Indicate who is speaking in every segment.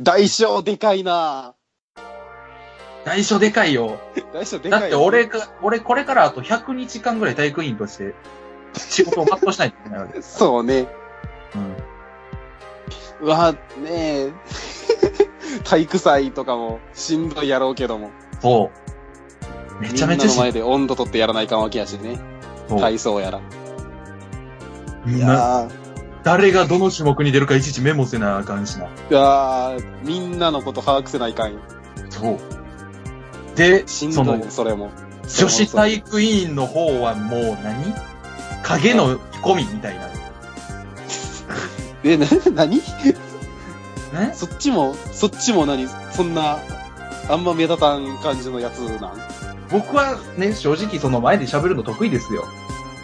Speaker 1: 代償でかいな
Speaker 2: 代償でかいよ。
Speaker 1: 代償でかい。
Speaker 2: だって俺が、俺これからあと100日間ぐらい体育委員として仕事を全うしないといけないわけです。
Speaker 1: そうね。
Speaker 2: うん。
Speaker 1: うわ、ねえ。 体育祭とかもしんどいやろうけども。
Speaker 2: そう。めちゃめちゃ
Speaker 1: みんなの前
Speaker 2: し
Speaker 1: で温度取ってやらないかんわけやしね。
Speaker 2: そう
Speaker 1: 体操やら。い
Speaker 2: な
Speaker 1: や
Speaker 2: 誰がどの種目に出るかいちいちメモせなあかんしな。
Speaker 1: ー、いやーみんなのこと把握せないかんよ。
Speaker 2: そう。で、
Speaker 1: し
Speaker 2: そ
Speaker 1: んどい
Speaker 2: の
Speaker 1: よ、、それも。
Speaker 2: 女子体育委員の方はもう何影の込みみたいな。
Speaker 1: え、な、 何
Speaker 2: ね
Speaker 1: そっちも、そっちも何そんな、あんま目立たん感じのやつなん
Speaker 2: 僕はね、正直その前で喋るの得意ですよ。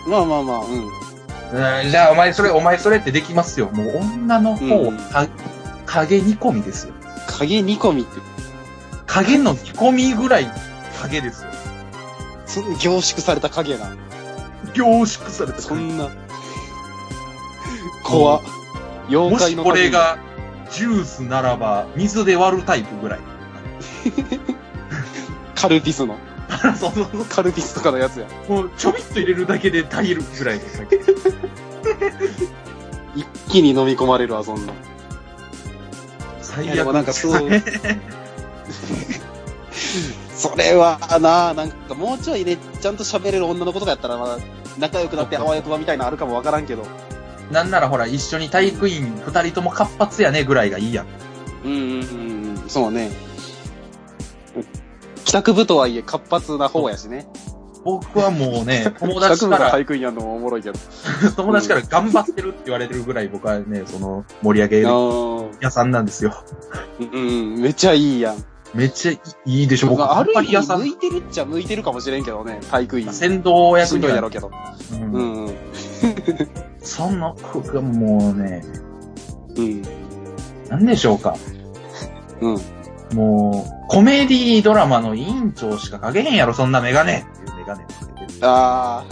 Speaker 1: まあまあまあ、うん。
Speaker 2: うんじゃあお前それ、お前それってできますよ。もう女の方、
Speaker 1: うん
Speaker 2: か影煮込みですよ。
Speaker 1: 影煮込みって、
Speaker 2: 影の煮込みぐらい影ですよ。
Speaker 1: そん凝縮された影な。
Speaker 2: 凝縮された
Speaker 1: そ
Speaker 2: 影。
Speaker 1: んな、怖っ。妖
Speaker 2: も
Speaker 1: 怪
Speaker 2: し
Speaker 1: の
Speaker 2: こ
Speaker 1: 影
Speaker 2: れ。がジュースならば水で割るタイプぐらい。
Speaker 1: カルピスの。
Speaker 2: その
Speaker 1: カルピスとかのやつや。
Speaker 2: もうちょびっと入れるだけで足りるぐらいの影。
Speaker 1: 一気に飲み込まれるわ、そんな。
Speaker 2: 最
Speaker 1: い
Speaker 2: 悪。
Speaker 1: や、でもなんかそう。 それはな、なんかもうちょいね、ちゃんと喋れる女の子とかやったら、まだ仲良くなってあわよくばみたいなのあるかもわからんけど。
Speaker 2: なんならほら、一緒に体育委員二人とも活発やねぐらいがいいやん。
Speaker 1: うんうんうんうん、そうね。帰宅部とはいえ活発な方やしね。
Speaker 2: 僕はも うね、友
Speaker 1: 帰宅
Speaker 2: 達
Speaker 1: 部
Speaker 2: か
Speaker 1: が
Speaker 2: ら、
Speaker 1: 体育院やんのもおもろいけど。
Speaker 2: 友達から頑張ってるって言われてるぐらい僕はね、その、盛り上げ
Speaker 1: あ
Speaker 2: 屋さんなんですよ。
Speaker 1: ーうん、めっちゃいいやん。
Speaker 2: めっちゃいいいいでしょ、僕。
Speaker 1: まあ、ある
Speaker 2: やっぱ
Speaker 1: 意
Speaker 2: り屋
Speaker 1: 味
Speaker 2: さ
Speaker 1: 向
Speaker 2: ん、
Speaker 1: いてるっちゃ向いてるかもしれんけどね、体育院。し
Speaker 2: 先導役
Speaker 1: ん
Speaker 2: に
Speaker 1: どいやろ
Speaker 2: は。
Speaker 1: うけど。
Speaker 2: うん
Speaker 1: うんうん。
Speaker 2: そんな、僕はもうね、
Speaker 1: うん。
Speaker 2: なんでしょうか。
Speaker 1: うん。
Speaker 2: もう、コメディドラマの委員長しかかけへんやろ、そんなメガネっていうメガネかけてる。
Speaker 1: あ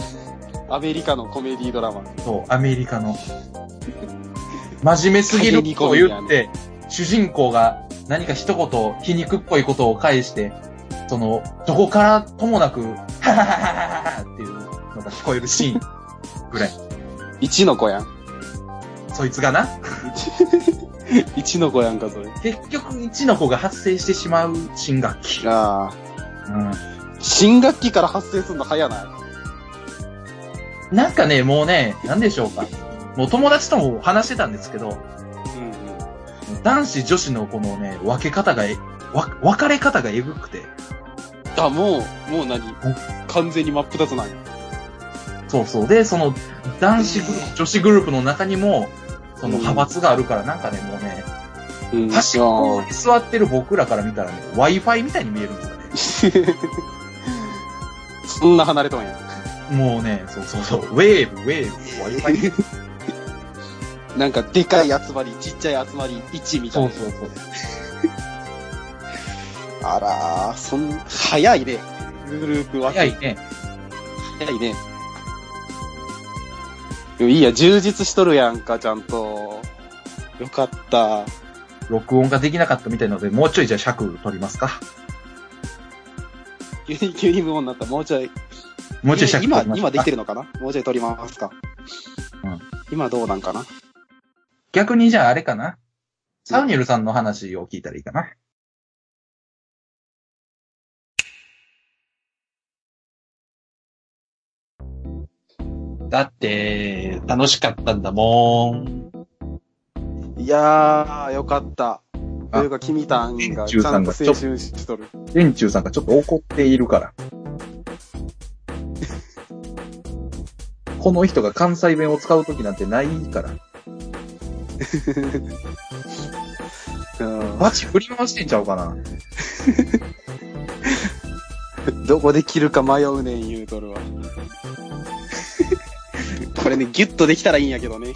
Speaker 1: ー、アメリカのコメディドラマ。
Speaker 2: そう、アメリカの。真面目すぎること言って、主人公が何か一言皮肉っぽいことを返して、その、どこからともなく、はははははっていうのが聞こえるシーンぐらい。
Speaker 1: 一の子やん。
Speaker 2: そいつがな、
Speaker 1: 一の子やんか、それ。
Speaker 2: 結局一の子が発生してしまう新学期。
Speaker 1: あ
Speaker 2: う
Speaker 1: ー、新学期から発生するの早ない。
Speaker 2: ん、なんかね、もうね、なんでしょうか。もう友達とも話してたんですけ
Speaker 1: う
Speaker 2: ど、
Speaker 1: ん
Speaker 2: 男子女子のこのね、分け方がえ、わ分かれ方がえぐくて。
Speaker 1: あ、もう、もう何完全に真っ二つなんや。
Speaker 2: そうそう。で、その、男子グループ、女子グループの中にも、その
Speaker 1: うん
Speaker 2: 派閥があるから、なんかね、もうね、
Speaker 1: うん
Speaker 2: 端っこに座ってる僕らから見たらね、Wi-Fi みたいに見えるんですよね。
Speaker 1: そんな離れとんや。
Speaker 2: もうね、そうそうそう、ウェーブ、ウェーブ、Wi-Fi。
Speaker 1: なんか、でかい集まり、ちっちゃい集まり、1みたい
Speaker 2: そ
Speaker 1: な。
Speaker 2: うそうそう。
Speaker 1: あらー、そん、早いね。グループ分
Speaker 2: 早
Speaker 1: け。
Speaker 2: いね。
Speaker 1: 早いね。でもいいや、充実しとるやんか、ちゃんと。よかった。
Speaker 2: 録音ができなかったみたいなので、もうちょいじゃあ尺取りますか。
Speaker 1: 急に、急に無音になった。もうちょい。
Speaker 2: もうちょい尺取り
Speaker 1: 今
Speaker 2: ま、す
Speaker 1: 今できてる
Speaker 2: る。
Speaker 1: のかなもうちょい取りますか。
Speaker 2: うん
Speaker 1: 今どうなんかな
Speaker 2: あ逆にじゃああれかな。サウニルさんの話を聞いたらいいかな。
Speaker 3: だって、楽しかったんだもん。
Speaker 1: いやー、よかった。
Speaker 2: あ
Speaker 1: というか、君たんがちゃんと青春しとる。
Speaker 2: レンチューさんがちょっと怒っているから。この人が関西弁を使うときなんてないから。
Speaker 1: うん
Speaker 2: バチ振り回してんちゃうかな。
Speaker 1: どこで切るか迷うねん言うとるわ。 これね、ギュッとできたらいいんやけどね。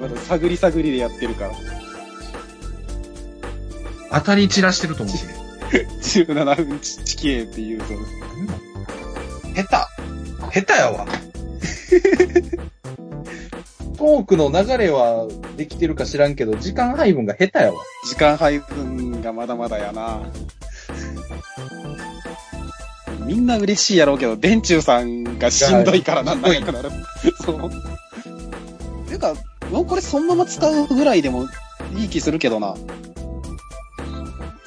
Speaker 1: まだ探り探りでやってるから。
Speaker 2: 当たり散らしてると思う。
Speaker 1: 17分ちちきえって言うとる。
Speaker 3: 下 手。下手やわ。トークの流れは、
Speaker 2: できてるか知らんけど、時間配分が下手やわ。
Speaker 1: 時間配分がまだまだやな。みんな嬉しいやろうけど、電柱さんがしんどいからなんなくなる。そう。ていうか、もうこれそのまま使うぐらいでもいい気するけどな。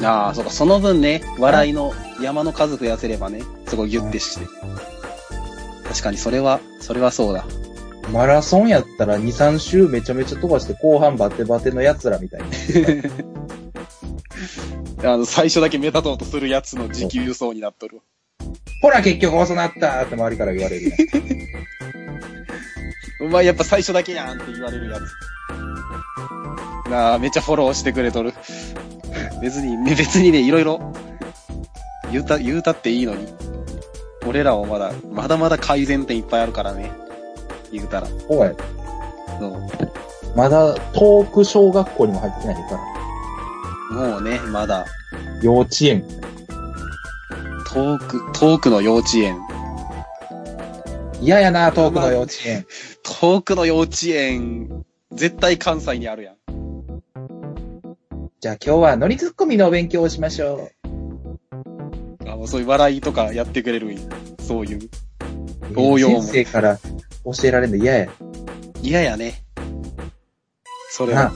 Speaker 1: ああ、そうか、その分ね、笑いの山の数増やせればね、すごいギュッてして。確かにそれは、それはそうだ。
Speaker 2: マラソンやったら2、3周めちゃめちゃ飛ばして後半バテバテの奴らみたいな。
Speaker 1: あの、最初だけ目立とうとするやつの持久輸送になっとる。
Speaker 2: ほら結局遅なったって周りから言われるやん。
Speaker 1: お前やっぱ最初だけやんって言われるやつ。なあ、めっちゃフォローしてくれとる。 別に、ね別にね、いろいろ、言うた、言うたっていいのに。俺らはまだ、まだまだ改善点いっぱいあるからね。言うたら。
Speaker 2: おい、
Speaker 1: そう
Speaker 2: まだ遠く小学校にも入ってないから。
Speaker 1: もうね、まだ、
Speaker 2: 幼稚園。
Speaker 1: 遠く、遠くの幼稚園。
Speaker 2: 嫌やな、遠くの幼稚園。
Speaker 1: 遠くの幼稚園、絶対関西にあるやん。
Speaker 2: じゃあ今日は乗りツッコミのお勉強をしましょ
Speaker 1: あもうそういう笑いとかやってくれるんやそういう。
Speaker 2: う。
Speaker 1: 応用も
Speaker 2: 先生から教えられるの嫌や。
Speaker 1: 嫌やね。それ
Speaker 2: な
Speaker 1: は。、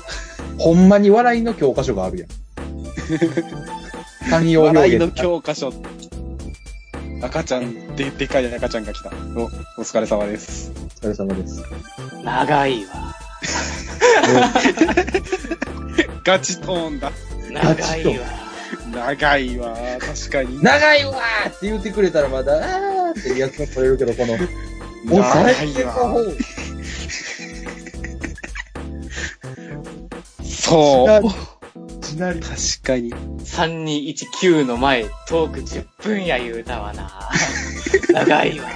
Speaker 2: ほんまに笑いの教科書があるやん。汎用
Speaker 1: 笑
Speaker 2: 表
Speaker 1: いの
Speaker 2: 現。
Speaker 1: 教科書。赤ちゃん、で、でかい赤ちゃんが来た。お、お疲れ様です。
Speaker 2: お疲れ様です。
Speaker 4: 長いわ。
Speaker 1: ガチトーンだ。
Speaker 4: 長いわ。
Speaker 1: 長いわ。確かに。
Speaker 2: 長いわーって言ってくれたらまだ、あーってリアクション取れるけど、この、もう
Speaker 1: 長
Speaker 2: 最
Speaker 1: い
Speaker 2: 低の方
Speaker 1: わ。そう。
Speaker 2: しなり。
Speaker 1: 確かに。
Speaker 4: 3219の前、トーク10分や言うた わな。長いわ。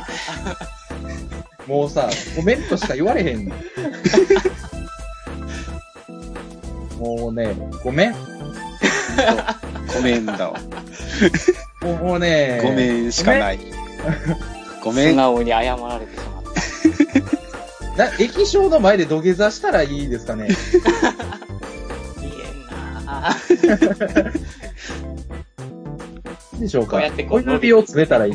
Speaker 2: もうさ、コメントしか言われへんの。もうね、ごめん。も
Speaker 1: ごめんだわ。
Speaker 2: うもうね、
Speaker 1: ごめんしかない。ごめ
Speaker 4: 素
Speaker 1: ん。
Speaker 4: 直に謝られてしまった。
Speaker 2: な、液晶の前で土下座したらいいですかね。
Speaker 4: 言えんな。
Speaker 2: いいでしょうか。
Speaker 4: こうやってこう
Speaker 2: 小指を詰めたらいい。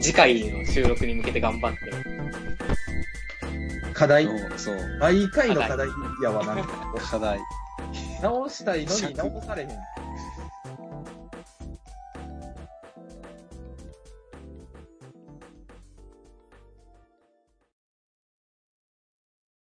Speaker 4: 次回の収録に向けて頑張って。
Speaker 2: 課題。
Speaker 1: そう。
Speaker 2: 毎回の課題やわ、なんか。
Speaker 1: 課題。
Speaker 2: 直したいのに直されへん。